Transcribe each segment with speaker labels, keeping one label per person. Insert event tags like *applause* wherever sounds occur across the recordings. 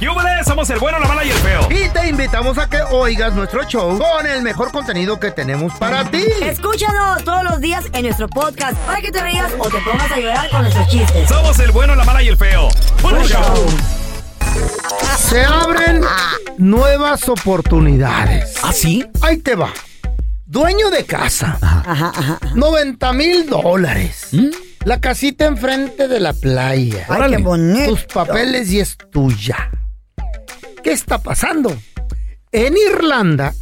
Speaker 1: ¡Yúbales! Somos el bueno, la mala y el feo.
Speaker 2: Y te invitamos a que oigas nuestro show con el mejor contenido que tenemos para ti.
Speaker 3: Escúchanos todos los días en nuestro podcast para que te rías o te pongas a llorar con nuestros chistes.
Speaker 1: Somos el bueno, la mala y el feo. ¡Puro show!
Speaker 2: Se abren nuevas oportunidades.
Speaker 4: ¿Ah, sí?
Speaker 2: Ahí te va. Dueño de casa. 90 mil dólares. La casita enfrente de la playa.
Speaker 3: Ay, qué bonito.
Speaker 2: Tus papeles y es tuya. ¿Qué está pasando? En Irlanda,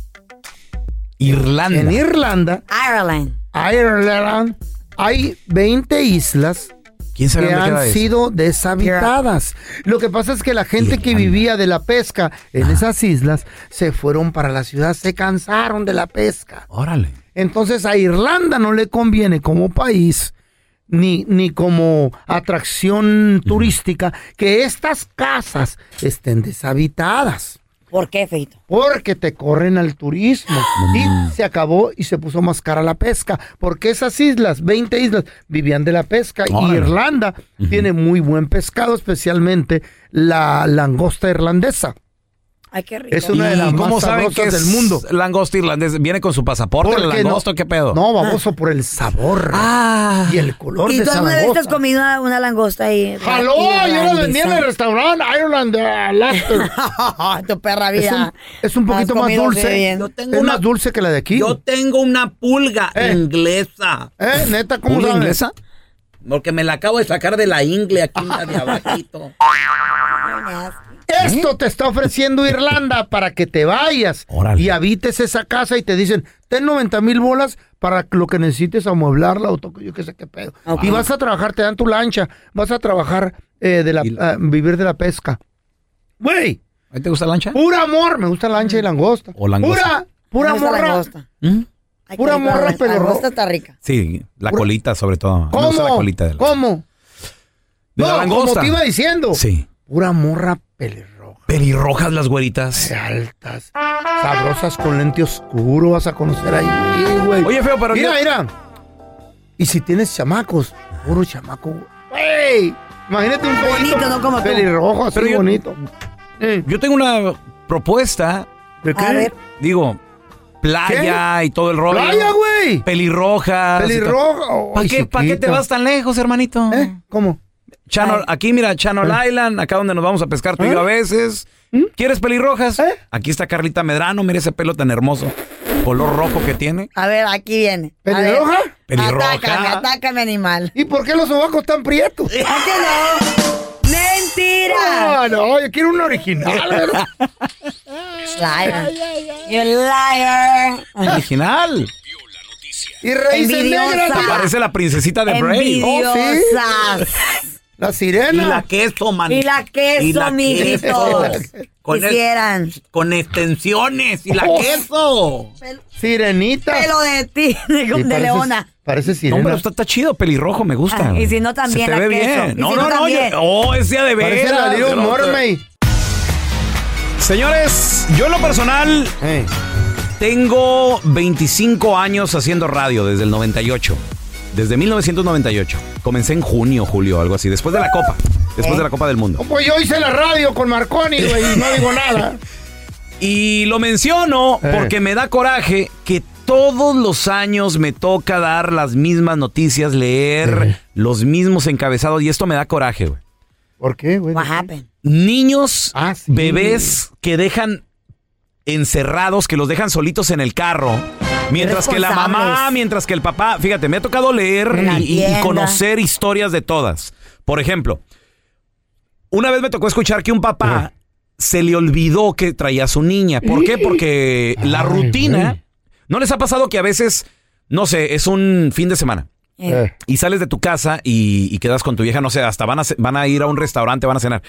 Speaker 4: Irlanda.
Speaker 2: en Irlanda,
Speaker 3: Ireland.
Speaker 2: Ireland, hay 20 islas
Speaker 4: ¿Quién sabe
Speaker 2: que
Speaker 4: dónde queda
Speaker 2: han
Speaker 4: eso?
Speaker 2: sido deshabitadas. Lo que pasa es que la gente que vivía de la pesca en esas islas se fueron para la ciudad, se cansaron de la pesca.
Speaker 4: Órale.
Speaker 2: Entonces a Irlanda no le conviene como país ni, ni como atracción turística que estas casas estén deshabitadas.
Speaker 3: ¿Por qué, Feito?
Speaker 2: Porque te corren al turismo. Y se acabó y se puso más cara la pesca. Porque esas islas, 20 islas, vivían de la pesca. Y
Speaker 4: Órale.
Speaker 2: Irlanda tiene muy buen pescado, especialmente la langosta irlandesa.
Speaker 3: Ay, qué rico.
Speaker 2: Es una de
Speaker 4: ¿Y
Speaker 2: las
Speaker 4: cómo
Speaker 2: más
Speaker 4: saben que
Speaker 2: sabrosas
Speaker 4: es
Speaker 2: del mundo.
Speaker 4: langosta irlandés? ¿Viene con su pasaporte el
Speaker 2: Porque
Speaker 4: langosto? ¿Qué pedo?
Speaker 2: No, baboso, por el sabor
Speaker 4: Ah.
Speaker 2: y el color
Speaker 3: ¿Y
Speaker 2: de
Speaker 3: tú
Speaker 2: esa
Speaker 3: alguna vez te has
Speaker 2: langosta.
Speaker 3: comido una, una langosta ahí?
Speaker 2: ¡Jaló! Yo la vendía en el restaurante Ireland uh, Lobster.
Speaker 3: *laughs* tu perra
Speaker 2: Es
Speaker 3: vida.
Speaker 2: un, es un poquito
Speaker 3: Has
Speaker 2: más
Speaker 3: comido
Speaker 2: dulce.
Speaker 3: bien.
Speaker 5: Yo
Speaker 2: es
Speaker 5: tengo una-
Speaker 2: más dulce que la de aquí.
Speaker 5: Yo tengo una pulga
Speaker 2: Eh.
Speaker 5: inglesa.
Speaker 2: ¿Eh? Neta, ¿cómo
Speaker 4: ¿Una
Speaker 2: sabes?
Speaker 4: inglesa?
Speaker 5: Porque me la acabo de sacar de la ingle aquí en la de abajito.
Speaker 2: Esto te está ofreciendo Irlanda para que te vayas
Speaker 4: Órale.
Speaker 2: y habites esa casa y te dicen, ten 90 mil bolas para lo que necesites amueblarla o toque, yo qué sé qué pedo.
Speaker 3: Ok.
Speaker 2: Y vas a trabajar, te dan tu lancha, vas a trabajar, eh, de la, ah, vivir de la pesca. Güey,
Speaker 4: ¿Ahí te gusta la lancha?
Speaker 2: pura amor, me gusta lancha y langosta.
Speaker 4: O langosta.
Speaker 2: Pura, pura
Speaker 3: Me gusta la
Speaker 2: morra.
Speaker 3: langosta.
Speaker 4: ¿Mm?
Speaker 3: Ay, qué
Speaker 2: Pura
Speaker 3: rico,
Speaker 2: morra,
Speaker 3: la-
Speaker 2: pero-
Speaker 3: La langosta está rica.
Speaker 4: Sí, la
Speaker 2: Pura-
Speaker 4: colita sobre todo. Me gusta
Speaker 2: ¿Cómo?
Speaker 4: la colita de la,
Speaker 2: ¿Cómo?
Speaker 4: de la
Speaker 2: No,
Speaker 4: langosta.
Speaker 2: como te iba diciendo.
Speaker 4: Sí.
Speaker 2: Pura morra pelirroja.
Speaker 4: Pelirrojas las
Speaker 2: Eh.
Speaker 4: güeritas.
Speaker 2: altas, sabrosas con lente oscuro, vas a conocer ahí, güey.
Speaker 4: Oye, feo, pero
Speaker 2: Mira,
Speaker 4: yo-
Speaker 2: mira. Y si tienes chamacos, puro chamaco, güey. Imagínate un
Speaker 3: Bonito,
Speaker 2: bonito,
Speaker 3: no como tú.
Speaker 2: pelirrojo así
Speaker 4: Pero yo-
Speaker 2: bonito. Eh,
Speaker 4: Yo tengo una propuesta,
Speaker 2: ¿De qué?
Speaker 3: A ver.
Speaker 4: digo, playa y todo el rollo.
Speaker 2: Playa, güey.
Speaker 4: Pelirrojas.
Speaker 2: Pelirrojo.
Speaker 4: ¿Para qué, pa' qué te vas tan lejos, hermanito?
Speaker 2: ¿Eh? ¿Cómo?
Speaker 4: Channel-
Speaker 3: Ay.
Speaker 4: aquí mira, Channel
Speaker 2: Ah.
Speaker 4: Island, acá donde nos vamos a pescar tú y yo a veces. ¿Quieres pelirrojas?
Speaker 2: ¿Mm? ¿Eh?
Speaker 4: Aquí está Carlita Medrano, mira ese pelo tan hermoso, color rojo que tiene.
Speaker 3: A ver, aquí viene. A ver.
Speaker 2: ¿Pelirroja?
Speaker 4: Pelirroja.
Speaker 3: Atácame, atácame,
Speaker 4: *laughs*
Speaker 3: animal.
Speaker 2: ¿Y por qué los sobacos tan prietos?
Speaker 3: ¿A que no? ¡Mentira!
Speaker 2: Ah, no, yo quiero un original, ¿verdad?
Speaker 3: Liar. You liar.
Speaker 4: Original.
Speaker 2: Y raíces
Speaker 3: Envidiosa.
Speaker 2: negras. mira.
Speaker 4: Parece la princesita de Brave. Oh,
Speaker 3: Envidiosas.
Speaker 4: *laughs*
Speaker 2: La
Speaker 5: Y
Speaker 2: sirena.
Speaker 5: la queso, man.
Speaker 3: Y la
Speaker 5: Y
Speaker 3: queso,
Speaker 5: la queso.
Speaker 3: mijitos.
Speaker 5: Con, es-
Speaker 3: Quisieran.
Speaker 5: con extensiones. Y la
Speaker 2: Oh.
Speaker 5: queso.
Speaker 2: Sirenita.
Speaker 3: Pelo de ti, *laughs* de,
Speaker 2: Sí,
Speaker 3: de
Speaker 2: pareces-
Speaker 3: leona.
Speaker 2: Parece
Speaker 4: No,
Speaker 2: sirena.
Speaker 4: pero está, está chido, pelirrojo, me gusta.
Speaker 3: Ah, y si no, también
Speaker 4: Se te
Speaker 3: la
Speaker 4: ve
Speaker 3: queso.
Speaker 4: bien.
Speaker 3: Y
Speaker 4: No,
Speaker 3: si
Speaker 4: no,
Speaker 3: no,
Speaker 4: no, yo-
Speaker 3: también.
Speaker 4: oh, es día de
Speaker 2: Parece la
Speaker 4: veras.
Speaker 2: Little Mermaid.
Speaker 4: Señores, yo en lo personal
Speaker 2: Eh,
Speaker 4: Tengo 25 años haciendo radio desde el 98. Desde 1998. Comencé en junio, julio, algo así. Después de la Copa. Después de la Copa del Mundo.
Speaker 2: no, pues yo hice la radio con Marconi, güey, y no digo
Speaker 4: *laughs*
Speaker 2: nada.
Speaker 4: Y lo menciono
Speaker 2: Eh.
Speaker 4: porque me da coraje que todos los años me toca dar las mismas noticias, leer
Speaker 2: Eh.
Speaker 4: los mismos encabezados. Y esto me da coraje, güey.
Speaker 2: ¿Por qué, güey?
Speaker 4: Eh.
Speaker 3: What happened?
Speaker 4: Niños, bebés que dejan encerrados, que los dejan solitos en el carro. Mientras que la mamá,
Speaker 5: Irresponsables.
Speaker 4: mientras que el papá, fíjate, me ha tocado leer
Speaker 5: En la
Speaker 4: y- y, y
Speaker 5: tienda.
Speaker 4: conocer historias de todas. Por ejemplo, una vez me tocó escuchar que un papá se le olvidó que traía a su niña. ¿Por qué? Porque la rutina... ¿No les ha pasado que a veces, no sé, es un fin de semana?
Speaker 5: Eh.
Speaker 4: Y sales de tu casa y, y quedas con tu vieja, no sé, hasta van a, ce- van a ir a un restaurante, van a cenar.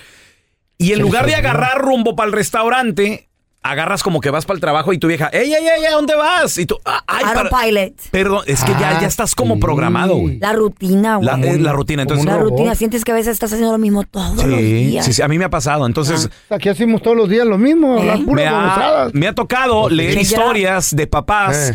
Speaker 4: Y en
Speaker 5: Se
Speaker 4: lugar
Speaker 5: les
Speaker 4: de
Speaker 5: olvidó.
Speaker 4: agarrar rumbo para el restaurante, agarras como que vas para el trabajo y tu vieja, ¡ey, ey, ey, ey, ¿dónde vas? Y tú, "Ah, ay,
Speaker 3: Aaron
Speaker 4: para-
Speaker 3: Pilot.
Speaker 4: perdón, es que
Speaker 2: Ah,
Speaker 4: ya, ya estás como programado, güey.
Speaker 3: La rutina, güey.
Speaker 4: La- es la rutina, entonces-
Speaker 3: La
Speaker 4: Como un
Speaker 3: rutina,
Speaker 4: robot.
Speaker 3: sientes que a veces estás haciendo lo mismo todos los
Speaker 4: Sí,
Speaker 3: días. Ah.
Speaker 4: sí, sí, a mí me ha pasado. Entonces,
Speaker 2: Aquí hacemos todos los días lo mismo, las
Speaker 4: me,
Speaker 2: puras
Speaker 4: ha,
Speaker 2: babosadas.
Speaker 4: me ha tocado
Speaker 2: Pues sí.
Speaker 4: leer
Speaker 2: Que ya- Eh.
Speaker 4: historias de papás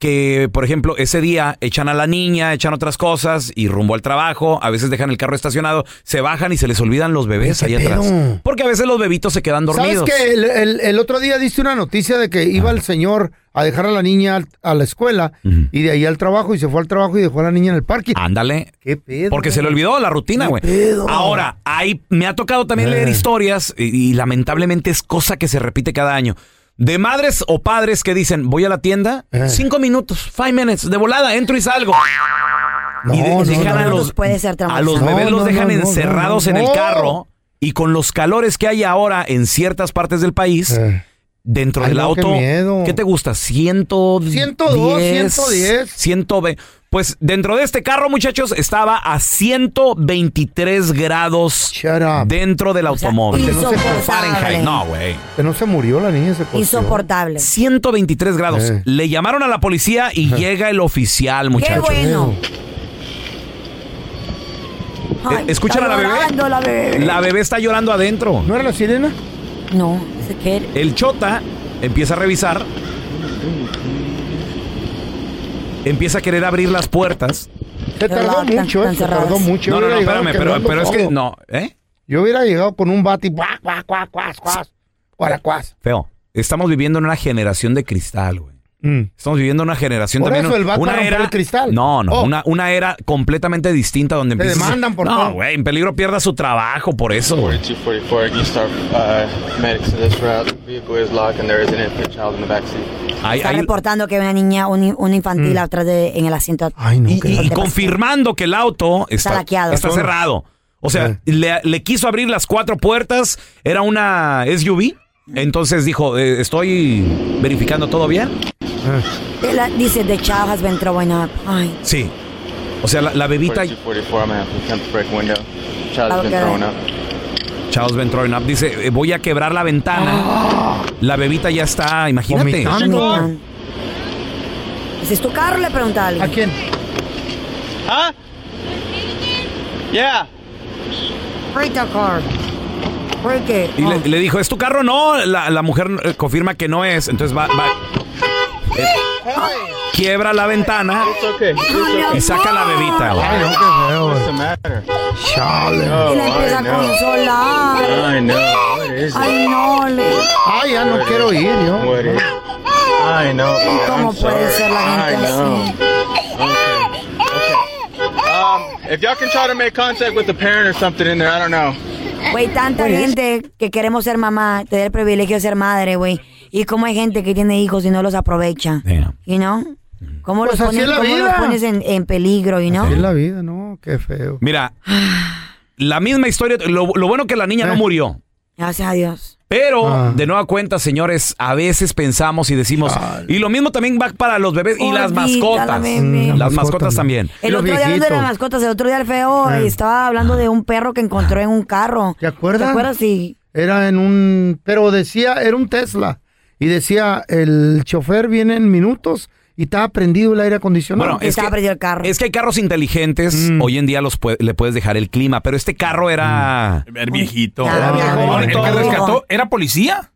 Speaker 4: que, por ejemplo, ese día echan a la niña, echan otras cosas y rumbo al trabajo, a veces dejan el carro estacionado, se bajan y se les olvidan los bebés ahí atrás.
Speaker 2: pedo?
Speaker 4: Porque a veces los bebitos se quedan dormidos.
Speaker 2: ¿Sabes que el, el- el otro día diste una noticia de que iba el señor a dejar a la niña al- a la escuela y de ahí al trabajo y se fue al trabajo y dejó a la niña en el parque?
Speaker 4: Ándale.
Speaker 2: ¿Qué pedo?
Speaker 4: Porque se le olvidó la rutina, güey. Ahora, ahí me ha tocado también
Speaker 2: Eh.
Speaker 4: leer historias y, y lamentablemente es cosa que se repite cada año. De madres o padres que dicen, voy a la tienda,
Speaker 2: Eh.
Speaker 4: cinco minutos, five minutes, de volada, entro y salgo. y de-
Speaker 3: no,
Speaker 4: dejan
Speaker 3: no,
Speaker 4: a
Speaker 3: no
Speaker 4: los,
Speaker 3: los puede ser
Speaker 4: a los
Speaker 3: traumatizante.
Speaker 4: bebés
Speaker 3: No,
Speaker 4: los
Speaker 3: no,
Speaker 4: dejan
Speaker 3: no, no,
Speaker 4: encerrados
Speaker 3: no, no.
Speaker 4: en el carro y con los calores que hay ahora en ciertas partes del país,
Speaker 3: Eh.
Speaker 4: dentro
Speaker 2: Ay,
Speaker 4: del
Speaker 2: no, qué
Speaker 4: auto,
Speaker 2: miedo.
Speaker 4: ¿qué te gusta? 110,
Speaker 2: 102, 110.
Speaker 4: 120. Pues dentro de este carro, muchachos, estaba a 123 grados dentro del automóvil.
Speaker 3: insoportable.
Speaker 4: Fahrenheit. No, güey.
Speaker 2: Que no se murió la niña, se coció.
Speaker 3: Insoportable.
Speaker 4: 123 grados.
Speaker 3: Eh.
Speaker 4: Le llamaron a la policía y llega el oficial,
Speaker 3: Qué
Speaker 4: muchachos.
Speaker 3: bueno.
Speaker 4: Eh, ¿Escuchan a la bebé?
Speaker 3: La bebé.
Speaker 4: La bebé está llorando adentro.
Speaker 2: ¿No era la sirena?
Speaker 3: No, se quiere.
Speaker 4: El chota empieza a revisar. Empieza a querer abrir las puertas.
Speaker 2: Se tardó mucho, eh, se tardó mucho.
Speaker 4: No,
Speaker 2: Yo
Speaker 4: no, no,
Speaker 2: hubiera llegado
Speaker 4: espérame, pero,
Speaker 2: quebrando
Speaker 4: pero es que
Speaker 2: todo.
Speaker 4: no, ¿eh?
Speaker 2: Yo hubiera llegado con un bate y cuac, cuac, cuac, cuac, cuac, cuac, cuac.
Speaker 4: Feo. Estamos viviendo en una generación de cristal, güey.
Speaker 2: Mm.
Speaker 4: Estamos viviendo una generación
Speaker 2: Por
Speaker 4: también.
Speaker 2: eso el vato
Speaker 4: una
Speaker 2: rompió
Speaker 4: era.
Speaker 2: el cristal.
Speaker 4: No, no,
Speaker 2: Oh.
Speaker 4: una, una era completamente distinta donde
Speaker 2: Te
Speaker 4: empiezas a-
Speaker 2: demandan por
Speaker 4: no,
Speaker 2: todo.
Speaker 4: güey, en peligro pierda su trabajo por eso, güey.
Speaker 6: 244, you start uh, medics in this route. Vehicle is locked and there is an infant child in the backseat.
Speaker 4: Ahí-
Speaker 3: Está
Speaker 4: ahí-
Speaker 3: reportando que una niña, un, un
Speaker 4: Mm.
Speaker 3: infantil atrás de, en el asiento.
Speaker 2: Ay, no.
Speaker 4: y, y- y confirmando que el auto
Speaker 3: Está
Speaker 4: está,
Speaker 3: laqueado.
Speaker 4: está cerrado. O sea, le, le quiso abrir las cuatro puertas, era una SUV, entonces dijo, eh, estoy verificando todo bien.
Speaker 3: dice, the child has been throwing up. Ay.
Speaker 4: Sí. O sea, la, la bebita...
Speaker 6: 244, I'm going to have to attempt to break window. Child has been
Speaker 3: Okay.
Speaker 6: thrown up.
Speaker 4: Charles Ben throwing up dice, eh, voy a quebrar la ventana. La bebita ya está, imagínate.
Speaker 3: Vomitando. Dice, ¿es tu carro? Le pregunta a alguien. ¿A
Speaker 2: quién?
Speaker 6: ¿Ah? Yeah.
Speaker 3: Break the car. Break it.
Speaker 4: Y le, le dijo, ¿es tu carro? No, la, la mujer eh, confirma que no es. Entonces va, va- eh, quiebra la ventana y saca la bebita. güey.
Speaker 6: Ay, no,
Speaker 2: qué feo,
Speaker 6: What's the matter?
Speaker 2: Chale.
Speaker 6: Oh,
Speaker 3: Y la empieza
Speaker 6: I
Speaker 3: a
Speaker 6: know.
Speaker 3: consolar.
Speaker 6: I know. What is it?
Speaker 3: Ay, no, le.
Speaker 2: Ay, ya no quiero ir, yo.
Speaker 6: What is it? I know.
Speaker 3: ¿Cómo
Speaker 6: I'm
Speaker 3: puede
Speaker 6: sorry.
Speaker 3: ser la
Speaker 6: I
Speaker 3: gente
Speaker 6: know.
Speaker 3: así?
Speaker 6: Um, if y'all can try to make contact with the parent or something in there, I don't know.
Speaker 3: Güey, tanta
Speaker 6: Pues.
Speaker 3: gente que queremos ser mamá, tener el privilegio de ser madre, güey. Y cómo hay gente que tiene hijos y no los aprovecha. ¿Y no? ¿Cómo,
Speaker 2: Pues
Speaker 3: los,
Speaker 2: así
Speaker 3: pones,
Speaker 2: es la
Speaker 3: cómo los
Speaker 2: vida.
Speaker 3: pones en, en peligro, y no?
Speaker 2: Es la vida, no, qué feo.
Speaker 4: Mira, la misma historia. Lo, lo bueno que la niña no
Speaker 1: Eh.
Speaker 4: murió.
Speaker 3: Gracias a Dios.
Speaker 4: Pero,
Speaker 1: Ah.
Speaker 4: de nueva cuenta, señores, a veces pensamos y decimos. Y lo mismo también va para los bebés y las
Speaker 3: Gordita, la
Speaker 4: mascotas.
Speaker 3: bebé.
Speaker 4: Mm,
Speaker 3: La
Speaker 4: Las mascotas
Speaker 2: mascota,
Speaker 4: también.
Speaker 3: El otro día hablando de las mascotas, el otro día el feo
Speaker 2: Ah.
Speaker 3: eh, estaba hablando de un perro que encontró en un carro.
Speaker 2: ¿Te acuerdas?
Speaker 3: ¿Te acuerdas? Sí.
Speaker 2: Era en un, pero decía, era un Tesla. Y decía, el chofer viene en minutos y estaba prendido el aire acondicionado.
Speaker 4: Bueno, es que, es que hay carros inteligentes.
Speaker 1: Mm.
Speaker 4: Hoy en día los pue- le puedes dejar el clima, pero este carro era.
Speaker 1: El viejito.
Speaker 4: Era viejón,
Speaker 1: ¿El que
Speaker 4: todo.
Speaker 1: rescató era policía?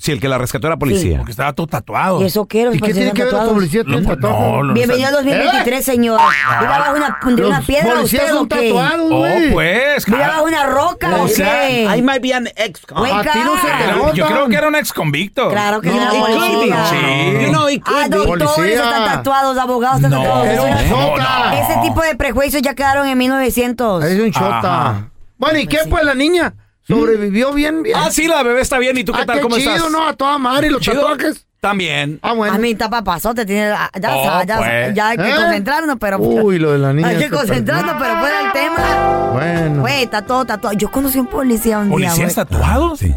Speaker 4: Sí, el que la rescató era policía.
Speaker 1: Porque estaba todo tatuado.
Speaker 3: ¿Y eso qué? Los policías Pues tatuados.
Speaker 1: Los- No, no,
Speaker 3: Bienvenido al 2023, señor. ¿Viva bajo una, de una
Speaker 1: Los
Speaker 3: piedra
Speaker 1: policías
Speaker 3: usted o
Speaker 1: son
Speaker 3: qué?
Speaker 1: tatuados, Oh, güey. pues,
Speaker 3: ¿Viva
Speaker 1: cara.
Speaker 3: bajo una roca o
Speaker 1: O sea,
Speaker 3: qué?
Speaker 5: I might be an ex.
Speaker 3: Wake A ti no se te
Speaker 1: Era- Yo creo que era un ex convicto.
Speaker 3: Claro que no,
Speaker 1: it could be.
Speaker 3: policía.
Speaker 1: Sí.
Speaker 5: You know, it
Speaker 3: Ah, doctores están tatuados, abogados están
Speaker 1: No,
Speaker 3: tatuados. Eso
Speaker 1: no,
Speaker 3: era-
Speaker 1: no.
Speaker 3: Ese tipo de prejuicios ya quedaron en 1900.
Speaker 2: Es un
Speaker 1: Ajá.
Speaker 2: chota. Bueno, ¿y qué pues la niña? Sobrevivió bien, bien.
Speaker 4: Ah, sí, la bebé está bien. ¿Y tú qué
Speaker 2: Ah,
Speaker 4: tal? ¿Cómo
Speaker 2: chido,
Speaker 4: estás?
Speaker 2: ¿no? Ah, A toda madre. ¿Y los
Speaker 4: ¿Chido?
Speaker 2: tatuajes?
Speaker 4: También.
Speaker 3: A mí está papazote, tiene la- ya,
Speaker 4: Oh,
Speaker 3: sa- ya, sa-
Speaker 4: pues.
Speaker 3: ya hay que
Speaker 4: ¿Eh?
Speaker 3: concentrarnos, pero pues,
Speaker 2: Uy, lo de la niña.
Speaker 3: hay que
Speaker 2: está
Speaker 3: concentrarnos, pero fuera el tema.
Speaker 2: perdido. Bueno.
Speaker 3: Güey, está todo tatuado. Yo conocí a un policía un día, güey.
Speaker 4: tatuados? Sí.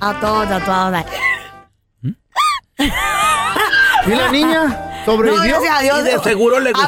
Speaker 3: A todo tatuado. ay.
Speaker 2: ¿Y la niña?
Speaker 3: *laughs* No,
Speaker 2: ¿Sobrevivió?
Speaker 3: gracias a Dios.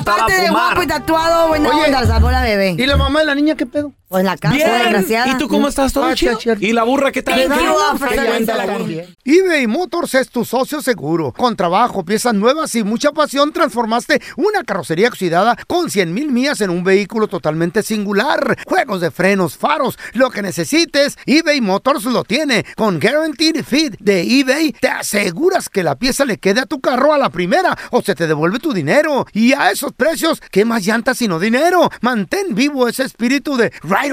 Speaker 3: Aparte de guapo y tatuado, buena
Speaker 2: Oye,
Speaker 3: onda, salvó la bebé.
Speaker 2: ¿Y la mamá de la niña qué pedo?
Speaker 3: Pues en la casa, desgraciada.
Speaker 4: ¿Y tú cómo estás? ¿Todo
Speaker 2: Ah,
Speaker 4: chido?
Speaker 2: sí, cierto.
Speaker 4: ¿Y la burra qué tal?
Speaker 2: Thank you, officer.
Speaker 4: Ella anda
Speaker 2: Ella
Speaker 4: la
Speaker 2: anda eBay Motors es tu socio seguro. Con trabajo, piezas nuevas y mucha pasión, transformaste una carrocería oxidada con 100 mil millas en un vehículo totalmente singular. Juegos de frenos, faros, lo que necesites, eBay Motors lo tiene. Con Guaranteed Fit de eBay, te aseguras que la pieza le quede a tu carro a la primera o se te devuelve tu dinero. Y a esos precios, ¿qué más llantas sino dinero? Mantén vivo ese espíritu de Ride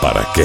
Speaker 7: ¿para qué?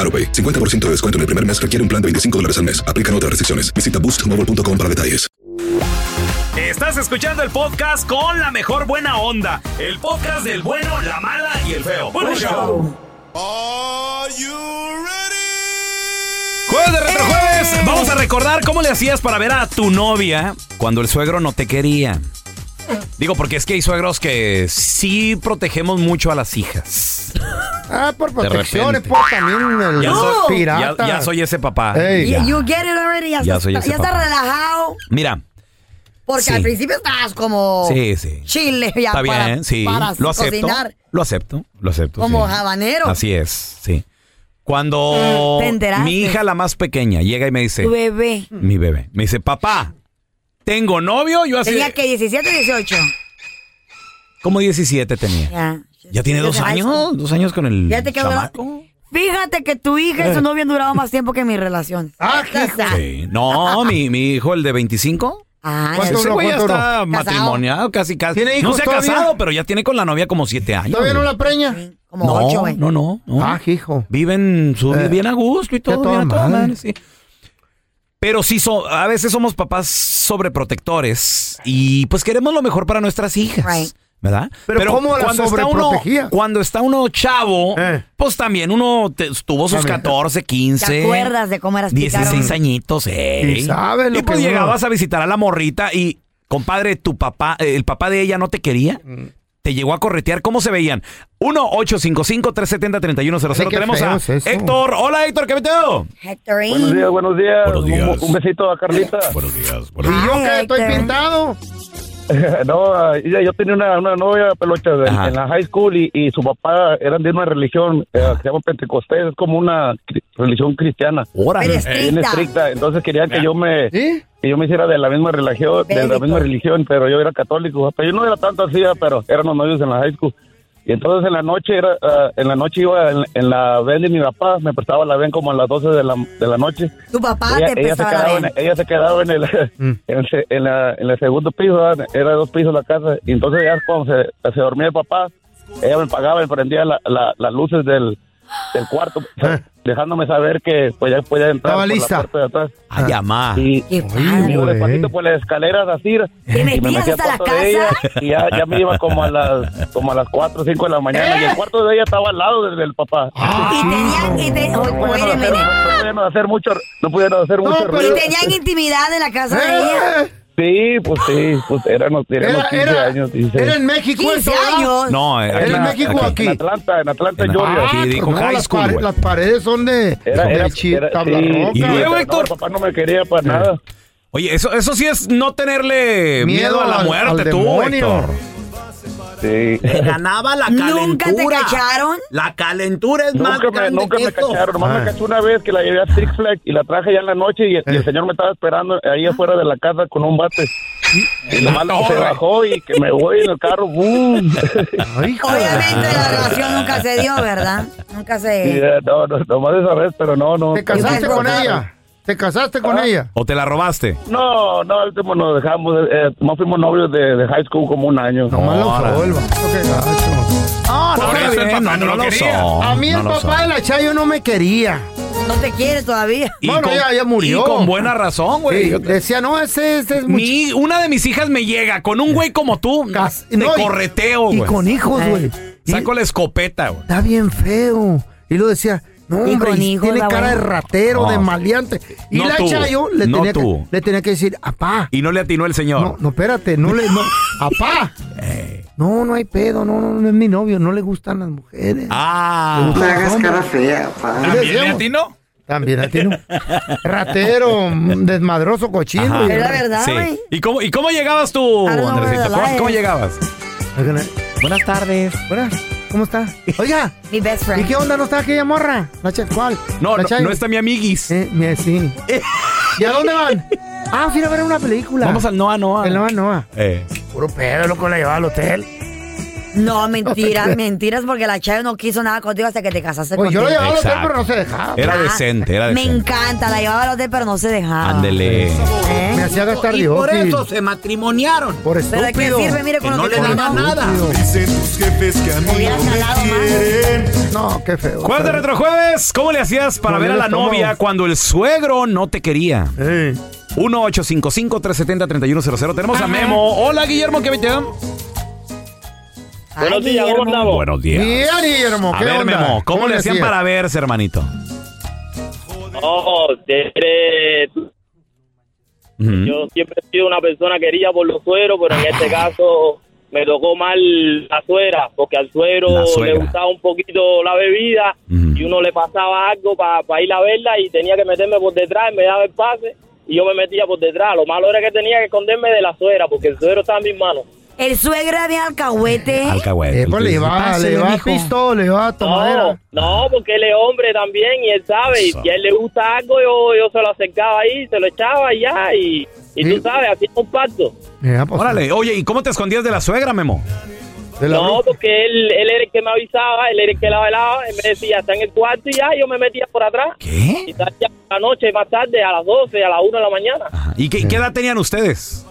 Speaker 8: AroPay. 50% de descuento en el primer mes requiere un plan de 25 dólares al mes. Aplican otras restricciones. Visita boostmobile.com para detalles.
Speaker 4: Estás escuchando el podcast con la mejor buena onda. El podcast del bueno, la mala y el feo. Bueno, show. Jueves de
Speaker 2: ¡Eh!
Speaker 4: retrojueves. Vamos a recordar cómo le hacías para ver a tu novia cuando el suegro no te quería. Digo, porque es que hay suegros que sí protegemos mucho a las hijas.
Speaker 2: Ah, por
Speaker 4: De
Speaker 2: protecciones,
Speaker 4: repente.
Speaker 2: por también el
Speaker 4: Ya, soy,
Speaker 2: pirata.
Speaker 4: ya- ya soy ese papá.
Speaker 2: Ey.
Speaker 4: Ya.
Speaker 3: You get it already, ya,
Speaker 4: Ya
Speaker 3: estás-
Speaker 4: soy
Speaker 3: ya
Speaker 4: ese
Speaker 3: estás
Speaker 4: papá.
Speaker 3: relajado.
Speaker 4: Mira,
Speaker 3: Porque
Speaker 4: Sí.
Speaker 3: al principio estabas como
Speaker 4: sí, sí.
Speaker 3: chile ya
Speaker 4: Está
Speaker 3: para,
Speaker 4: bien, sí.
Speaker 3: para
Speaker 4: lo acepto.
Speaker 3: cocinar.
Speaker 4: Lo acepto, lo acepto.
Speaker 3: Como
Speaker 4: sí.
Speaker 3: habanero. Mm,
Speaker 4: Así es, sí. Cuando
Speaker 3: Te enteraste.
Speaker 4: mi hija, la más pequeña, llega y me dice,
Speaker 3: Tu bebé.
Speaker 4: mi bebé, me dice, papá, tengo novio, yo así,
Speaker 3: Tenía que 17, 18.
Speaker 4: como 17 tenía.
Speaker 3: Ya.
Speaker 4: Ya tiene dos
Speaker 3: High
Speaker 4: años,
Speaker 3: school.
Speaker 4: dos años con el Eh.
Speaker 3: Fíjate que,
Speaker 4: chamaco.
Speaker 3: fíjate que tu hija y su novio han durado más tiempo que mi relación. Ah,
Speaker 4: Sí. No, mi, mi hijo, el de 25.
Speaker 3: Ah,
Speaker 4: Pues
Speaker 3: ya
Speaker 4: ese
Speaker 3: duró,
Speaker 4: güey ya
Speaker 3: ¿cuánto duró?
Speaker 4: está
Speaker 3: Casado.
Speaker 4: matrimoniado, casi casi.
Speaker 3: ¿Tiene
Speaker 4: no
Speaker 3: hijos
Speaker 4: se ha
Speaker 3: todavía?
Speaker 4: casado, pero ya tiene con la novia como siete años.
Speaker 2: ¿Todavía no
Speaker 4: güey.
Speaker 2: la preña?
Speaker 3: Como
Speaker 4: no,
Speaker 3: ocho, güey.
Speaker 4: no, no, no.
Speaker 2: Ah, hijo.
Speaker 4: Viven su,
Speaker 2: Eh,
Speaker 4: bien a gusto y
Speaker 2: ya
Speaker 4: todo,
Speaker 2: toda
Speaker 4: bien a toda
Speaker 2: madre.
Speaker 4: madre, sí. Pero sí, so- a veces somos papás sobreprotectores y pues queremos lo mejor para nuestras hijas. ¿Verdad?
Speaker 2: Pero ¿cómo la
Speaker 4: está uno,
Speaker 2: sobreprotegía? Eh.
Speaker 4: cuando está uno chavo, pues también uno te- tuvo sus 14, 15.
Speaker 3: ¿Te acuerdas de cómo eras picaron?
Speaker 4: 16 añitos, eh.
Speaker 2: Mm. Y sabe lo
Speaker 4: Y pues
Speaker 2: que uno-
Speaker 4: llegabas a visitar a la morrita y, compadre, tu papá, eh, el papá de ella no te quería. Te llegó a corretear. ¿Cómo se veían? 1-855-370-3100.
Speaker 9: Ay, qué
Speaker 4: Tenemos
Speaker 9: feo
Speaker 4: a
Speaker 9: es eso.
Speaker 4: Héctor. Hola, Héctor, ¿qué meteo?
Speaker 9: Buenos días, buenos días. Un, un besito a Carlita. Buenos días.
Speaker 2: ¿Y
Speaker 3: Ah,
Speaker 2: yo que estoy pintado?
Speaker 9: *laughs* no, ah, mira, yo tenía una, una novia pelocha de- en la high school y, y su papá eran de una religión eh,
Speaker 4: Ah.
Speaker 9: que se llama Pentecostés, es como una cri- religión cristiana.
Speaker 4: Órale.
Speaker 9: Bien
Speaker 4: Estricta.
Speaker 9: estricta. Entonces querían que yo me que yo me hiciera de la misma religión, de la
Speaker 4: Bélico.
Speaker 9: misma religión, pero yo era católico. Pero yo no era tanto así, ah, pero éramos novios en la high school. Y entonces en la noche era, ah, en la noche iba en, en la ven de mi papá, me prestaba la ven como a las 12 de la, de la noche.
Speaker 3: Tu papá
Speaker 9: Ella-
Speaker 3: te
Speaker 9: ella se
Speaker 3: prestaba la
Speaker 9: quedaba
Speaker 3: vena.
Speaker 9: en- ella se quedaba en el, en el se- en la- en el segundo piso, ¿verdad? era dos pisos la casa, y entonces ya cuando se, se dormía el papá, ella me pagaba y prendía la- la- las luces del, del cuarto, o sea, dejándome saber que pues ya podía entrar
Speaker 4: Estaba
Speaker 9: por
Speaker 4: lista.
Speaker 9: la puerta de atrás.
Speaker 4: Ay, amá.
Speaker 9: Y, y yo
Speaker 4: Pues.
Speaker 9: despacito por pues, las escaleras así, y me
Speaker 3: metías
Speaker 9: metía al
Speaker 3: hasta la
Speaker 9: cuarto de ella, y ya, ya me iba como a las como a las 4 o 5 de la mañana, y el cuarto de ella estaba al lado del, del papá.
Speaker 3: Ah, Y te- oh,
Speaker 9: no
Speaker 3: wait a
Speaker 9: pudieron hacer,
Speaker 3: minute.
Speaker 9: no pudieron hacer mucho, no pudieron hacer mucho
Speaker 3: Y
Speaker 9: ruido. Eh,
Speaker 3: tenían intimidad en la casa de ella.
Speaker 9: Sí, pues sí, pues éramos, éramos
Speaker 2: Era-
Speaker 9: 15
Speaker 2: era-
Speaker 9: años. 16.
Speaker 2: Era en México,
Speaker 3: 15
Speaker 2: eso, ¿verdad?
Speaker 3: años.
Speaker 4: No, eh, aquí
Speaker 2: ¿Era en
Speaker 4: no,
Speaker 2: México o
Speaker 4: aquí.
Speaker 2: aquí?
Speaker 9: En Atlanta, en Atlanta,
Speaker 4: En
Speaker 9: Georgia.
Speaker 4: Atlanta. Aquí
Speaker 2: Ah,
Speaker 4: dijo
Speaker 2: pues No,
Speaker 4: high
Speaker 2: las,
Speaker 4: school,
Speaker 2: pare-
Speaker 4: güey.
Speaker 2: las paredes son de,
Speaker 9: Era,
Speaker 2: de
Speaker 9: era,
Speaker 2: chi-
Speaker 9: era-
Speaker 2: tabla
Speaker 9: sí.
Speaker 2: roca.
Speaker 4: Y luego,
Speaker 9: No,
Speaker 4: Héctor.
Speaker 9: el papá no me quería para nada.
Speaker 4: Oye, eso, eso sí es no tenerle miedo,
Speaker 9: Miedo
Speaker 4: a la
Speaker 9: al-
Speaker 4: muerte,
Speaker 9: al
Speaker 4: tú,
Speaker 9: demonio.
Speaker 4: Héctor.
Speaker 9: Sí.
Speaker 5: Te ganaba la calentura.
Speaker 3: ¿Nunca te cacharon?
Speaker 5: La calentura es más
Speaker 9: Nunca me,
Speaker 5: grande
Speaker 9: nunca
Speaker 5: que
Speaker 9: me
Speaker 5: esto.
Speaker 9: cacharon, nomás
Speaker 2: Ah.
Speaker 9: me cachó una vez que la llevé a Six Flags y la traje ya en la noche y, el- y el señor me estaba esperando ahí afuera de la casa con un bate.
Speaker 5: *laughs*
Speaker 9: Y nomás se bajó y que me voy en el carro, ¡boom!
Speaker 3: Obviamente
Speaker 5: Ah.
Speaker 3: la relación nunca se dio, ¿verdad? Nunca
Speaker 9: Y,
Speaker 3: se...
Speaker 9: eh, no, no, nomás esa vez, pero no, no.
Speaker 2: ¿Te casaste con ella? ¿Te casaste con ella?
Speaker 4: ¿O te la robaste?
Speaker 9: No, no, al último nos dejamos, eh, eh, no fuimos novios de, de high school como un año.
Speaker 2: Nomás lo fregó el vato, qué gacho. Ah,
Speaker 9: Por
Speaker 2: no,
Speaker 9: eso el
Speaker 2: no,
Speaker 9: papá no
Speaker 2: no
Speaker 9: lo
Speaker 2: lo
Speaker 9: quería.
Speaker 2: son. A mí
Speaker 9: No
Speaker 2: el
Speaker 9: lo
Speaker 2: papá de la Chayo no me quería.
Speaker 3: No te quiere todavía.
Speaker 4: Y
Speaker 2: bueno,
Speaker 4: con-
Speaker 2: ya, ya murió.
Speaker 4: y con buena razón, güey.
Speaker 2: Sí,
Speaker 4: Yo-
Speaker 2: decía, no, ese, ese es mucho.
Speaker 4: Mi, una de mis hijas me llega con un güey como tú. Te
Speaker 2: no, y-
Speaker 4: correteo,
Speaker 2: y
Speaker 4: güey.
Speaker 2: con hijos, güey.
Speaker 4: Saco la escopeta, güey.
Speaker 2: Está bien feo. Y lo decía, no,
Speaker 3: Y
Speaker 2: hombre,
Speaker 3: con
Speaker 2: y
Speaker 3: hijos,
Speaker 2: tiene
Speaker 3: la
Speaker 2: cara de
Speaker 3: buena.
Speaker 2: ratero,
Speaker 4: No.
Speaker 2: de maleante. Y
Speaker 4: No
Speaker 2: la
Speaker 4: tú,
Speaker 2: Chayo le,
Speaker 4: no
Speaker 2: tenía que,
Speaker 4: tú.
Speaker 2: le tenía que decir, apá,
Speaker 4: Y no le atinó el señor.
Speaker 2: no, no, espérate, no le, no, apá. No, no hay pedo, no, no, no es mi novio, no le gustan las mujeres.
Speaker 4: Ah.
Speaker 2: Le gustan los hombres.
Speaker 1: fea,
Speaker 2: ¿Qué
Speaker 1: ¿También le
Speaker 2: decíamos?
Speaker 1: atinó?
Speaker 2: También a ti no. Ratero, mm, desmadroso, cochino.
Speaker 4: Ajá.
Speaker 2: y-
Speaker 4: Sí. ¿Y cómo, ¿Y cómo llegabas tú,
Speaker 2: Ahora Ah, no eh. me
Speaker 4: Andresito? ¿Cómo,
Speaker 2: relajes.
Speaker 4: cómo llegabas?
Speaker 2: Oigan, eh.
Speaker 4: Buenas tardes.
Speaker 2: Buenas, ¿cómo está? Oiga,
Speaker 3: Mi best
Speaker 2: ¿y
Speaker 3: friend.
Speaker 2: qué onda? ¿No está aquella morra? ¿La che- ¿Cuál?
Speaker 4: No,
Speaker 2: ¿La
Speaker 4: no,
Speaker 2: Chayo?
Speaker 4: no está mi amiguis.
Speaker 2: Eh, mira, sí. ¿Y a dónde van? Ah, fui a ver una película.
Speaker 4: Vamos al Noa Noa.
Speaker 2: El Noa Noa.
Speaker 4: Eh.
Speaker 2: Puro pedo, loco, la llevaba al hotel.
Speaker 3: No, mentiras, mentiras, porque la Chayo no quiso nada contigo hasta que te casaste
Speaker 2: Pues yo
Speaker 3: contigo.
Speaker 2: la llevaba al hotel,
Speaker 4: Exacto.
Speaker 2: pero no se dejaba.
Speaker 4: Era
Speaker 3: Ah,
Speaker 4: decente, era
Speaker 3: Me
Speaker 4: decente.
Speaker 3: encanta, la llevaba al hotel, pero no se dejaba.
Speaker 4: Ándele.
Speaker 3: ¿Eh?
Speaker 2: Me hacía gastar
Speaker 5: Y por
Speaker 2: dióxido.
Speaker 5: eso se matrimoniaron.
Speaker 2: Por
Speaker 3: Pero ¿de qué
Speaker 2: estúpido.
Speaker 3: sirve? Mire
Speaker 5: Que
Speaker 3: con lo
Speaker 5: no
Speaker 3: que
Speaker 5: le daba
Speaker 3: combinó.
Speaker 5: nada.
Speaker 2: Dicen tus jefes que a
Speaker 3: Me hubieras jalado más.
Speaker 2: No, qué feo.
Speaker 4: Jueves de Retrojueves, ¿cómo le hacías para
Speaker 2: No,
Speaker 4: ver
Speaker 2: yo
Speaker 4: a
Speaker 2: le
Speaker 4: la
Speaker 2: tomo.
Speaker 4: novia cuando el suegro no te quería?
Speaker 2: Ey.
Speaker 4: 1-855-370-3100. Tenemos a Memo. Hola, Guillermo, ¿qué viste?
Speaker 3: Buenos días,
Speaker 4: Buenos días.
Speaker 2: Bien, Guillermo,
Speaker 4: A
Speaker 2: ¿qué
Speaker 4: ver,
Speaker 2: onda?
Speaker 4: Memo, ¿cómo, le hacían para verse, hermanito?
Speaker 10: No, siempre-
Speaker 4: Ujú.
Speaker 10: yo siempre he sido una persona querida por los sueros, pero en este caso me tocó mal la suera, porque al suero
Speaker 4: La suegra.
Speaker 10: le gustaba un poquito la bebida y uno le pasaba algo para ir a verla y tenía que meterme por detrás, me daba el pase y yo me metía por detrás. Lo malo era que tenía que esconderme de la suera, porque el suero estaba en mis manos.
Speaker 3: El suegro era bien alcahuete.
Speaker 4: Alcahuete.
Speaker 2: Eh, pues le llevaba, le
Speaker 3: Pásele,
Speaker 2: llevaba
Speaker 3: mijo.
Speaker 2: pistola, le llevaba tomadera.
Speaker 10: No, porque él es hombre también y él sabe, y si a él le gusta algo, yo, yo se lo acercaba ahí, se lo echaba y ya, y, y tú sabes, así es un pacto.
Speaker 2: Mira, pues,
Speaker 4: Órale, oye, ¿y cómo te escondías de la suegra, Memo?
Speaker 2: de la
Speaker 10: No,
Speaker 2: ru-
Speaker 10: porque él, él era el que me avisaba, él era el que la velaba, él me decía, está en el cuarto y ya, yo me metía por atrás.
Speaker 4: ¿Qué?
Speaker 10: Y salía por la noche más tarde, a las 12, a las 1 de la mañana.
Speaker 4: ¿Y qué, qué edad tenían ustedes?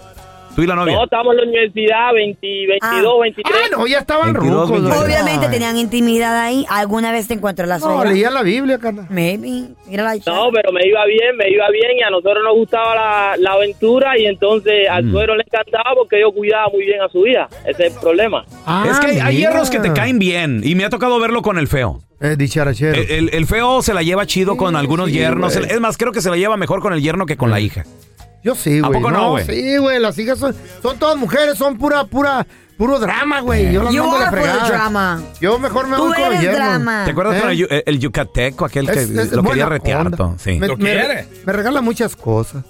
Speaker 4: Tú y la novia.
Speaker 10: No, estamos en la universidad, 20, 22,
Speaker 3: Ah.
Speaker 10: 23.
Speaker 2: Ah, no, ya estaban rucos.
Speaker 4: 22,
Speaker 2: güey.
Speaker 4: 23.
Speaker 3: Obviamente
Speaker 2: Ay.
Speaker 3: tenían intimidad ahí. ¿Alguna vez te encontró la
Speaker 2: No,
Speaker 3: suegra?
Speaker 2: leía la Biblia, carnal.
Speaker 3: Maybe. Mira la
Speaker 10: No, pero me iba bien, me iba bien y a nosotros nos gustaba la, la aventura y entonces
Speaker 4: Mm.
Speaker 10: al suero le encantaba porque yo cuidaba muy bien a su hija. Ese es el problema.
Speaker 4: es que hay, hay
Speaker 2: Ah, mira.
Speaker 4: hierros que te caen bien y me ha tocado verlo con el feo.
Speaker 2: Eh, dicharachero.
Speaker 4: El, el- el feo se la lleva chido con algunos yernos.
Speaker 2: güey. Mm.
Speaker 4: Es más, creo que se la lleva mejor con el yerno que con la hija.
Speaker 2: Yo sí,
Speaker 4: ¿A
Speaker 2: güey.
Speaker 4: poco no, güey?
Speaker 2: sí, güey. Las hijas son, son todas mujeres, son pura, pura, puro drama,
Speaker 4: Eh.
Speaker 2: güey. Yo las
Speaker 3: You
Speaker 2: mando a la
Speaker 3: are for the
Speaker 2: fregada.
Speaker 3: drama.
Speaker 2: Yo mejor me
Speaker 3: Tú
Speaker 2: voy con
Speaker 3: eres
Speaker 2: el yerno.
Speaker 3: drama.
Speaker 4: ¿Te acuerdas
Speaker 2: ¿Eh?
Speaker 4: con el, yu- el yucateco, aquel que
Speaker 2: Es- es
Speaker 4: lo quería
Speaker 2: buena
Speaker 4: retear?
Speaker 2: onda.
Speaker 4: todo? Sí.
Speaker 2: Me,
Speaker 1: ¿Lo
Speaker 2: me-
Speaker 1: quiere?
Speaker 2: me regala muchas cosas.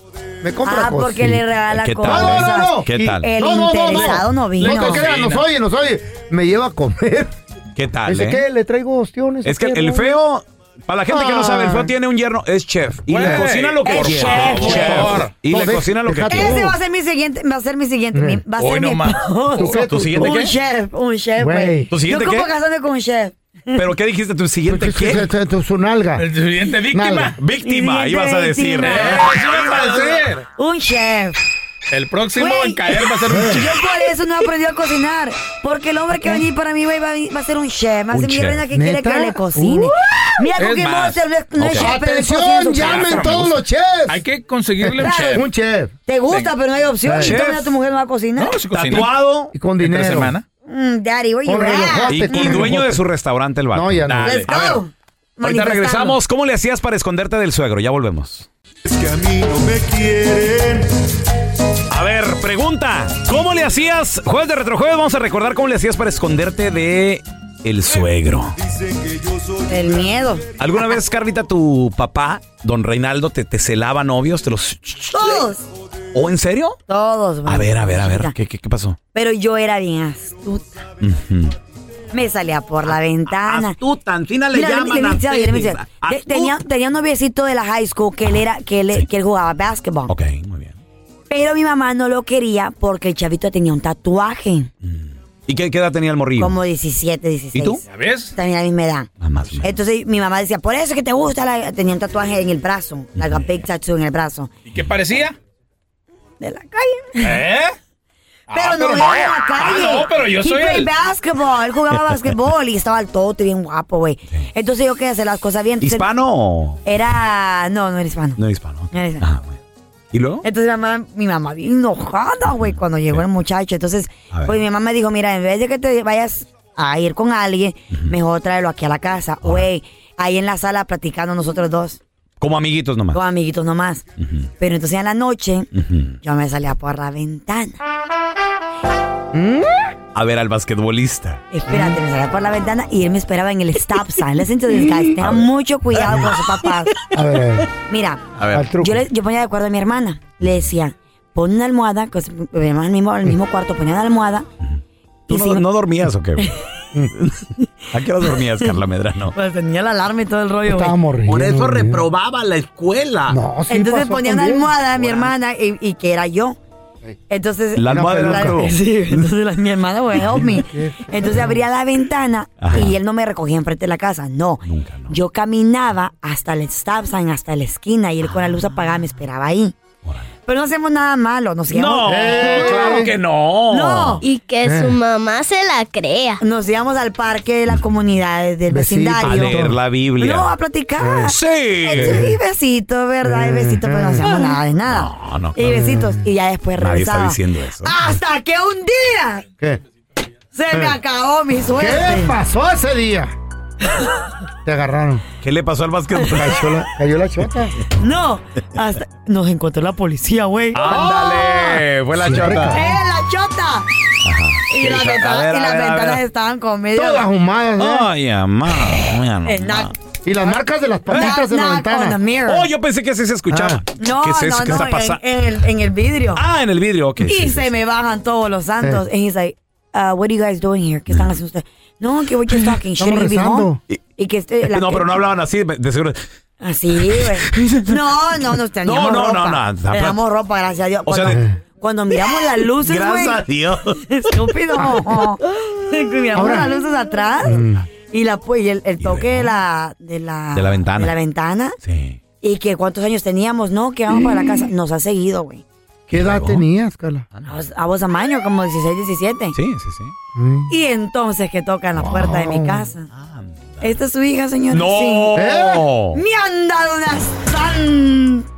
Speaker 2: Me compra
Speaker 3: Ah,
Speaker 2: cosas.
Speaker 3: porque le regala
Speaker 4: ¿Qué
Speaker 3: cosas.
Speaker 4: tal?
Speaker 2: No, no, no.
Speaker 4: ¿Qué
Speaker 2: Y-
Speaker 4: tal?
Speaker 3: El
Speaker 2: No, no, no, no.
Speaker 3: interesado no, vino.
Speaker 2: No te creas, nos oye, nos oye. Me lleva a comer.
Speaker 4: ¿Qué
Speaker 2: Me
Speaker 4: tal?
Speaker 2: Dice,
Speaker 4: eh?
Speaker 2: ¿qué? Le traigo ostiones.
Speaker 4: Es que
Speaker 2: ¿o qué,
Speaker 4: el
Speaker 2: no?
Speaker 4: feo, para la gente que no sabe, el feo tiene un yerno, es chef. Y le
Speaker 1: Güey,
Speaker 4: cocina lo que
Speaker 3: es
Speaker 4: quiere.
Speaker 3: chef,
Speaker 4: Chef.
Speaker 1: güey.
Speaker 4: Y
Speaker 2: No,
Speaker 4: le
Speaker 2: de-
Speaker 4: cocina lo que
Speaker 2: déjate.
Speaker 4: quiere.
Speaker 3: Ese va a ser mi siguiente, va a ser mi siguiente, mi- va a
Speaker 1: Hoy
Speaker 3: ser mi
Speaker 1: no más.
Speaker 3: *laughs*
Speaker 4: ¿Tu- tu- tu siguiente
Speaker 3: un
Speaker 4: qué?
Speaker 3: chef, un chef,
Speaker 2: Güey.
Speaker 3: güey.
Speaker 4: ¿Tu siguiente
Speaker 3: Yo como
Speaker 4: qué?
Speaker 3: casarme con un chef.
Speaker 4: ¿Pero qué dijiste? ¿Tu siguiente
Speaker 2: Pues,
Speaker 4: qué?
Speaker 2: es- es- es Su nalga.
Speaker 1: El siguiente víctima.
Speaker 2: Nada.
Speaker 4: Víctima,
Speaker 3: Siguiente
Speaker 4: ibas a decir.
Speaker 3: víctima.
Speaker 4: ¿eh?
Speaker 1: Eso iba a decir.
Speaker 3: Un chef.
Speaker 1: El próximo
Speaker 3: Güey.
Speaker 1: en caer va a ser un
Speaker 3: Yo por eso no aprendí a cocinar. Porque el hombre que va a venir para mí, güey, va, a venir- va a ser un chef. Va a
Speaker 4: Un
Speaker 3: ser mi
Speaker 4: chef. Uh.
Speaker 3: reina que
Speaker 2: ¿Neta?
Speaker 3: quiere que le cocine. Mira
Speaker 1: Es
Speaker 3: con qué
Speaker 1: más.
Speaker 3: monster no es
Speaker 4: Ok.
Speaker 3: chef, pero le cocina su
Speaker 2: Atención, llamen
Speaker 1: casa.
Speaker 2: todos los
Speaker 1: Hay
Speaker 2: chefs.
Speaker 1: que conseguirle un
Speaker 3: Claro.
Speaker 1: chef.
Speaker 2: Un chef.
Speaker 3: Te gusta, pero no hay opción.
Speaker 2: Chef.
Speaker 3: Entonces, mira, tu mujer no va a cocinar.
Speaker 1: No, se cocina.
Speaker 4: Tatuado
Speaker 2: Y con
Speaker 1: ¿Entre
Speaker 2: dinero.
Speaker 1: semana?
Speaker 3: Mm, daddy, where you
Speaker 2: Con
Speaker 3: at?
Speaker 2: relojote,
Speaker 4: y,
Speaker 2: con
Speaker 4: y dueño
Speaker 2: relojote.
Speaker 4: de su restaurante el vato.
Speaker 2: No, ya no.
Speaker 1: Dale.
Speaker 3: Let's
Speaker 4: A ver,
Speaker 3: go.
Speaker 4: Ahorita
Speaker 3: Manifestando.
Speaker 4: regresamos. ¿Cómo le hacías para esconderte del suegro? Ya volvemos. A ver, pregunta. ¿Cómo le hacías? Jueves de retrojueves, vamos a recordar cómo le hacías para esconderte de el suegro.
Speaker 3: El miedo.
Speaker 4: ¿Alguna vez, Carlita, tu papá, don Reinaldo, te, te celaba novios? ¿Te los...
Speaker 3: Todos.
Speaker 4: ¿O en serio?
Speaker 3: Todos, güey.
Speaker 4: A ver, a ver, a ver. ¿Qué, qué- qué pasó?
Speaker 3: Pero yo era bien astuta.
Speaker 4: Ujú.
Speaker 3: Me salía por
Speaker 4: Ah,
Speaker 3: la ventana.
Speaker 5: Astuta, Ancina le
Speaker 3: Mira,
Speaker 5: llaman
Speaker 3: le- le-
Speaker 5: a
Speaker 3: le- le- le-
Speaker 5: ustedes,
Speaker 3: te- Tenía, tenía un noviecito de la high school que él era, que él, que él jugaba básquetbol.
Speaker 4: Ok, muy
Speaker 3: bien. Pero mi mamá no lo quería porque el chavito tenía un tatuaje.
Speaker 4: ¿Y qué, qué edad tenía el morrillo?
Speaker 3: Como 17, 16.
Speaker 4: ¿Y tú?
Speaker 3: ¿Ves? También la misma edad. Entonces mi mamá decía, por eso es que te gusta. la- Tenía un tatuaje en el brazo, la big tattoo en el brazo.
Speaker 1: ¿Y qué parecía?
Speaker 3: De la
Speaker 1: ¿Eh?
Speaker 3: Pero
Speaker 1: Ah,
Speaker 3: no
Speaker 1: pero no.
Speaker 3: era en la calle.
Speaker 1: Ah, no, pero yo
Speaker 3: He
Speaker 1: soy
Speaker 3: played
Speaker 1: el-
Speaker 3: basketball. Él jugaba basketball y estaba al todo bien guapo, güey. Entonces yo quería hacer las cosas bien. Entonces,
Speaker 4: ¿Hispano o
Speaker 3: Era... No, no era hispano.
Speaker 4: no hispano? Ah,
Speaker 3: No era hispano.
Speaker 4: ¿Y luego?
Speaker 3: Entonces mi mamá, mi mamá bien enojada, güey, cuando llegó el muchacho. Entonces,
Speaker 4: A ver.
Speaker 3: pues mi mamá me dijo, mira, en vez de que te vayas a ir con alguien, mejor tráelo aquí a la casa. Güey, ahí en la sala platicando nosotros dos,
Speaker 4: Como amiguitos nomás.
Speaker 3: con amiguitos nomás.
Speaker 4: Ujú.
Speaker 3: Pero entonces en la noche,
Speaker 4: Ujú.
Speaker 3: yo me salía por la ventana.
Speaker 4: A ver, al basquetbolista.
Speaker 3: Espérate, me salía por la ventana y él me esperaba en el stop sign. Listen to
Speaker 4: *laughs*
Speaker 3: this, guys. Tengan mucho cuidado con sus papás.
Speaker 2: A ver.
Speaker 3: Mira,
Speaker 2: A ver. Al truco.
Speaker 3: Yo, le- yo ponía de acuerdo a mi hermana. Le decía, pon una almohada, que mi hermana en el mismo, en el mismo cuarto ponía una almohada.
Speaker 4: ¿Tú
Speaker 3: Y
Speaker 4: no,
Speaker 3: si-
Speaker 4: no dormías o *laughs* qué? güey? ¿A qué hora dormías, Carla Medrano?
Speaker 3: Pues tenía la alarma y todo el rollo.
Speaker 4: Estaba
Speaker 3: güey.
Speaker 4: morrillo,
Speaker 5: Por eso reprobaba la escuela. No,
Speaker 3: Entonces ponía una almohada a mi hermana y, y que era yo. Entonces,
Speaker 5: La almohada
Speaker 3: no,
Speaker 5: era
Speaker 3: la-
Speaker 5: tú.
Speaker 3: Sí, entonces la- mi hermana, güey, help me. Entonces abría la ventana
Speaker 5: Ajá.
Speaker 3: y él no me recogía enfrente de la casa. No. Yo caminaba hasta el stop sign, hasta la esquina y él con la luz apagada me esperaba ahí. Pero no hacemos nada malo, nos íbamos.
Speaker 1: No,
Speaker 4: Eh,
Speaker 1: claro que no.
Speaker 3: No.
Speaker 11: Y que su mamá se la crea.
Speaker 3: Nos íbamos al parque de la comunidad del vecindario.
Speaker 4: A leer la Biblia.
Speaker 3: No, a platicar.
Speaker 4: Eh, Sí. Eh.
Speaker 3: Y besito, ¿verdad? Y besito, pero no hacíamos nada de nada.
Speaker 4: No, no,
Speaker 3: Y
Speaker 4: claro.
Speaker 3: besitos. Y ya después
Speaker 4: Nadie
Speaker 3: regresaba.
Speaker 4: está diciendo eso.
Speaker 3: Hasta que un día
Speaker 2: ¿Qué?
Speaker 3: se me
Speaker 2: Eh.
Speaker 3: acabó mi suerte.
Speaker 2: ¿Qué pasó ese día? Te agarraron.
Speaker 4: ¿Qué le pasó al
Speaker 3: *laughs*
Speaker 2: Cayó
Speaker 4: basquetbolista?
Speaker 2: la, cayó la chota.
Speaker 3: No, hasta nos encontró la policía, güey.
Speaker 4: Ah. ¡Ándale! Fue la
Speaker 2: Siempre
Speaker 4: chota.
Speaker 3: ¡Eh, la chota! Y
Speaker 4: Sí,
Speaker 3: las
Speaker 4: chota.
Speaker 3: ventanas,
Speaker 4: A ver,
Speaker 3: y
Speaker 4: a
Speaker 3: las
Speaker 4: ver, a
Speaker 3: ventanas
Speaker 4: ver.
Speaker 3: estaban con medio.
Speaker 2: Todas humadas, ¿eh?
Speaker 4: Ay, amado. mira nomás.
Speaker 3: El knock-
Speaker 2: Y las marcas de las patitas
Speaker 3: knock,
Speaker 2: en la
Speaker 3: knock on the
Speaker 2: ventana.
Speaker 3: mirror.
Speaker 4: Oh, yo pensé que así se escuchaba.
Speaker 3: Ah. No,
Speaker 4: ¿Qué es
Speaker 3: no,
Speaker 4: eso? ¿Qué
Speaker 3: no,
Speaker 4: está
Speaker 3: en-
Speaker 4: pasando?
Speaker 3: En, el, en el vidrio.
Speaker 4: Ah, en el vidrio, ok.
Speaker 3: y
Speaker 4: sí, sí,
Speaker 3: se
Speaker 4: sí. Eh.
Speaker 3: me bajan todos los santos. And he's like, uh, what are you guys doing here? ¿Qué están haciendo ustedes? No, que voy just talking.
Speaker 4: Mm. Estamos
Speaker 3: Shouldn't we be
Speaker 4: rezando.
Speaker 3: home? Y, que este, la
Speaker 4: No,
Speaker 3: que-
Speaker 4: pero no hablaban así, de seguro.
Speaker 3: Así,
Speaker 4: *laughs*
Speaker 3: güey. No, no, nos teníamos
Speaker 4: No, no,
Speaker 3: ropa.
Speaker 4: no, no.
Speaker 3: Teníamos ropa, gracias a Dios.
Speaker 4: O sea,
Speaker 3: Cuando, cuando miramos las luces, Pues, güey.
Speaker 4: Gracias a Dios.
Speaker 3: *laughs*
Speaker 4: *laughs*
Speaker 3: Estúpido. *laughs* miramos
Speaker 4: Ahora. mm.
Speaker 3: las luces atrás. Y, la, pu- y el, el toque de la, de la...
Speaker 4: De la ventana.
Speaker 3: De la ventana.
Speaker 4: Sí.
Speaker 3: Y que cuántos años teníamos, ¿no? Que vamos para la casa. Nos ha seguido, güey.
Speaker 2: ¿Qué edad tenías, Carla?
Speaker 3: A vos- A vos a maño, como 16, 17.
Speaker 4: Sí, sí, sí.
Speaker 3: Y entonces que tocan la puerta de mi casa. Esta es su hija, señor.
Speaker 4: ¡No!
Speaker 3: Sí.
Speaker 4: ¿Eh?
Speaker 3: Me han dado una santa.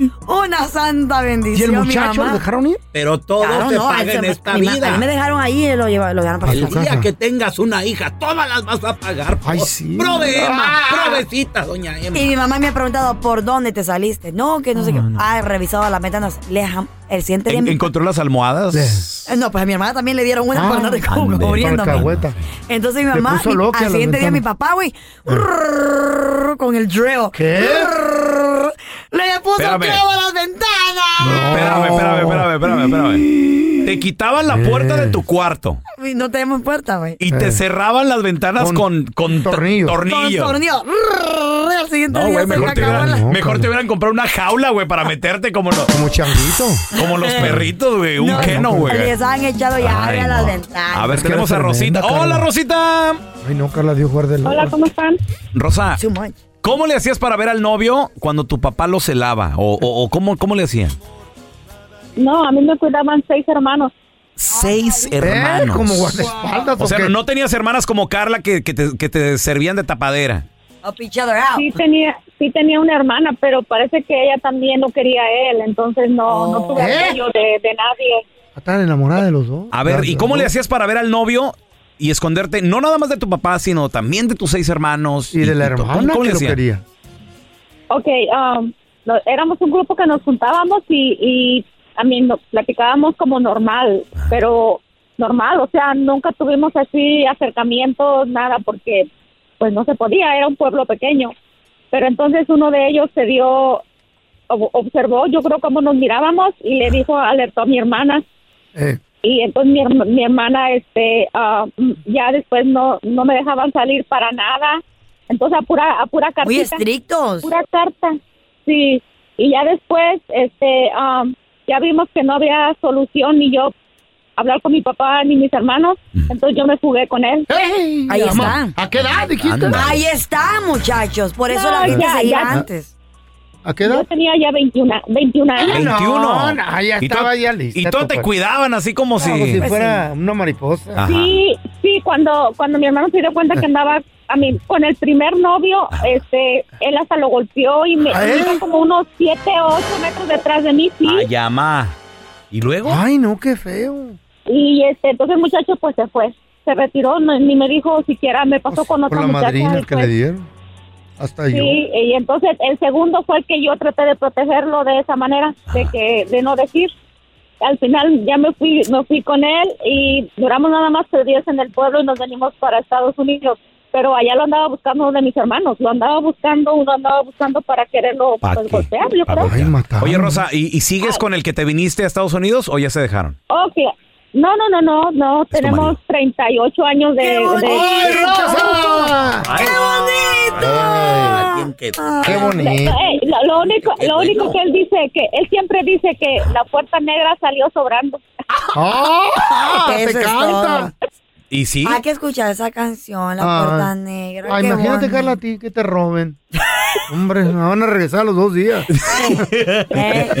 Speaker 3: *laughs* una santa
Speaker 2: ¿Y
Speaker 3: bendición.
Speaker 2: el muchacho lo
Speaker 3: mi mamá.
Speaker 2: dejaron ir?
Speaker 5: Pero todo
Speaker 3: Claro,
Speaker 5: se
Speaker 3: no,
Speaker 5: paga
Speaker 3: él se-
Speaker 5: en esta
Speaker 3: mi ma-
Speaker 5: vida.
Speaker 3: a mí me dejaron ahí y lo, lleva- lo llevaron para
Speaker 5: El
Speaker 3: su casa.
Speaker 5: día que tengas una hija, todas las vas a pagar. Ay, sí.
Speaker 4: Ah.
Speaker 5: Prove, Emma, provecita, doña Emma.
Speaker 3: Y mi mamá me ha preguntado por dónde te saliste. No, que no, sé qué. Ah, he revisado las ventanas. Le jam- el siguiente día.
Speaker 4: En- ¿Encontró las almohadas?
Speaker 3: Eh, No, pues a mi hermana también le dieron una
Speaker 4: Ah,
Speaker 3: por andar de co- *laughs*
Speaker 4: ande.
Speaker 3: cubriéndome.
Speaker 4: Alcahueta.
Speaker 3: Entonces mi
Speaker 4: Se
Speaker 3: mamá,
Speaker 4: puso
Speaker 3: mi-
Speaker 4: loca
Speaker 3: al
Speaker 4: la
Speaker 3: siguiente día
Speaker 4: ventana.
Speaker 3: mi papá, güey, con el drill.
Speaker 2: ¿Qué?
Speaker 3: Le puso
Speaker 4: Espérame.
Speaker 3: clavo a las ventanas.
Speaker 4: Espérame, espérame, espérame, espérame, espérame. Te quitaban la puerta de tu cuarto
Speaker 3: Y No tenemos puerta, güey.
Speaker 4: y te cerraban las ventanas con, con, tornillo. tornillo.
Speaker 3: Con tornillo. Rrrr, Al siguiente
Speaker 4: No,
Speaker 3: día
Speaker 4: güey,
Speaker 3: se me
Speaker 4: mejor, te
Speaker 3: acabó
Speaker 4: hubieran,
Speaker 3: la-
Speaker 4: mejor te hubieran comprado una jaula, güey, para meterte como los... Como
Speaker 2: changuito.
Speaker 4: Como los perritos, güey. Un
Speaker 3: No,
Speaker 4: keno, güey.
Speaker 3: Les han echado
Speaker 4: Ay,
Speaker 3: llave a las
Speaker 4: no.
Speaker 3: ventanas.
Speaker 4: A ver,
Speaker 2: Es que
Speaker 4: tenemos a
Speaker 2: eres
Speaker 4: Rosita.
Speaker 2: tremenda, Carla.
Speaker 4: ¡Hola, Rosita!
Speaker 2: Ay, no, Carla, Dios guarde el
Speaker 12: ¿cómo están?
Speaker 4: Rosa, ¿cómo le hacías para ver al novio cuando tu papá lo celaba? ¿O, o- o cómo, cómo le hacían?
Speaker 12: No, a mí me cuidaban seis hermanos.
Speaker 4: Seis hermanos.
Speaker 2: Como guardaespaldas.
Speaker 4: O sea,
Speaker 2: qué?
Speaker 4: no tenías hermanas como Carla que, que te, que te servían de tapadera.
Speaker 3: Oh,
Speaker 12: Sí tenía, sí tenía una hermana, pero parece que ella también lo quería a él, entonces no,
Speaker 3: Oh,
Speaker 12: no tuve
Speaker 3: ¿eh?
Speaker 12: apoyo de, de nadie.
Speaker 2: Están enamoradas de los dos.
Speaker 4: A ver, ¿y cómo le hacías para ver al novio y esconderte no nada más de tu papá, sino también de tus seis hermanos? Y, de la
Speaker 2: hermana que lo quería.
Speaker 12: Ok, um, no- éramos un grupo que nos juntábamos y, y
Speaker 4: a mí no, platicábamos como normal, pero normal, o sea, nunca tuvimos así acercamientos, nada, porque pues no se podía, era un pueblo pequeño. Pero entonces uno de ellos se dio, ob- observó, yo creo, cómo nos mirábamos y le dijo, alertó a mi hermana.
Speaker 2: Eh,
Speaker 4: Y entonces mi, herma- mi hermana, este, ah, m- ya después no, no me dejaban salir para nada. Entonces a pura, a pura cartita.
Speaker 3: Muy estrictos.
Speaker 4: Pura carta, sí. Y ya después, este, ah, ya vimos que no había solución ni yo hablar con mi papá ni mis hermanos. Entonces yo me fugué con él.
Speaker 3: Ahí está.
Speaker 2: ¿A qué edad
Speaker 4: dijiste?
Speaker 3: Ahí está, muchachos. Por eso
Speaker 4: No,
Speaker 3: la gente
Speaker 4: ya,
Speaker 3: se iba
Speaker 4: ya.
Speaker 3: antes.
Speaker 2: ¿A qué
Speaker 4: Yo tenía ya 21, 21 años.
Speaker 2: Ah,
Speaker 13: 21. Ah, Y tú-
Speaker 2: lista,
Speaker 13: Y todos te
Speaker 2: compadre.
Speaker 13: cuidaban así como si...
Speaker 2: Como si
Speaker 4: Pues
Speaker 2: fuera una mariposa.
Speaker 13: Ajá.
Speaker 4: Sí, sí, cuando, cuando mi hermano se dio cuenta que andaba a mí, con el primer novio, este, él hasta lo golpeó y me
Speaker 13: ¿Eh?
Speaker 4: iba como unos 7, 8 metros detrás de mí, sí.
Speaker 13: Ay, ama. Ah, ¿Y luego?
Speaker 2: Ay, no, qué feo.
Speaker 4: Y este, entonces el muchacho pues se fue, se retiró, no- ni me dijo siquiera, me pasó con
Speaker 2: Por
Speaker 4: otra
Speaker 2: la
Speaker 4: muchacha.
Speaker 2: madrina
Speaker 4: y
Speaker 2: que
Speaker 4: pues,
Speaker 2: le dieron. Hasta yo.
Speaker 4: Sí, y entonces el segundo fue el que yo traté de protegerlo de esa manera, de que de no decir. Al final ya me fui, me fui con él y duramos nada más tres días en el pueblo y nos venimos para Estados Unidos. Pero allá lo andaba buscando uno de mis hermanos, lo andaba buscando, uno andaba buscando para quererlo
Speaker 13: ¿Pa
Speaker 4: pues,
Speaker 13: qué?
Speaker 4: golpear, yo creo.
Speaker 13: Oye, Rosa, ¿y, y sigues con el que te viniste a Estados Unidos o ya se dejaron?
Speaker 4: Ok. No, no, no, no, no, tenemos 38 años de... de-
Speaker 2: ¡Ay,
Speaker 4: Rosa!
Speaker 2: ¡Qué bonito!
Speaker 3: Ah.
Speaker 2: ¡Qué bonito!
Speaker 4: Eh, lo, lo único, lo único que él dice, que él siempre dice que la puerta negra salió sobrando.
Speaker 2: ¡Ah!
Speaker 3: Eso
Speaker 2: ¡Se
Speaker 3: es
Speaker 2: canta!
Speaker 13: ¿Y sí?
Speaker 3: Hay que escuchar esa canción, La
Speaker 2: Ay.
Speaker 3: Puerta Negra.
Speaker 2: Ay,
Speaker 3: qué
Speaker 2: imagínate,
Speaker 3: bonito.
Speaker 2: Carla, a ti que te roben. Hombre, me van a regresar los dos días.
Speaker 3: Eh.
Speaker 2: *laughs*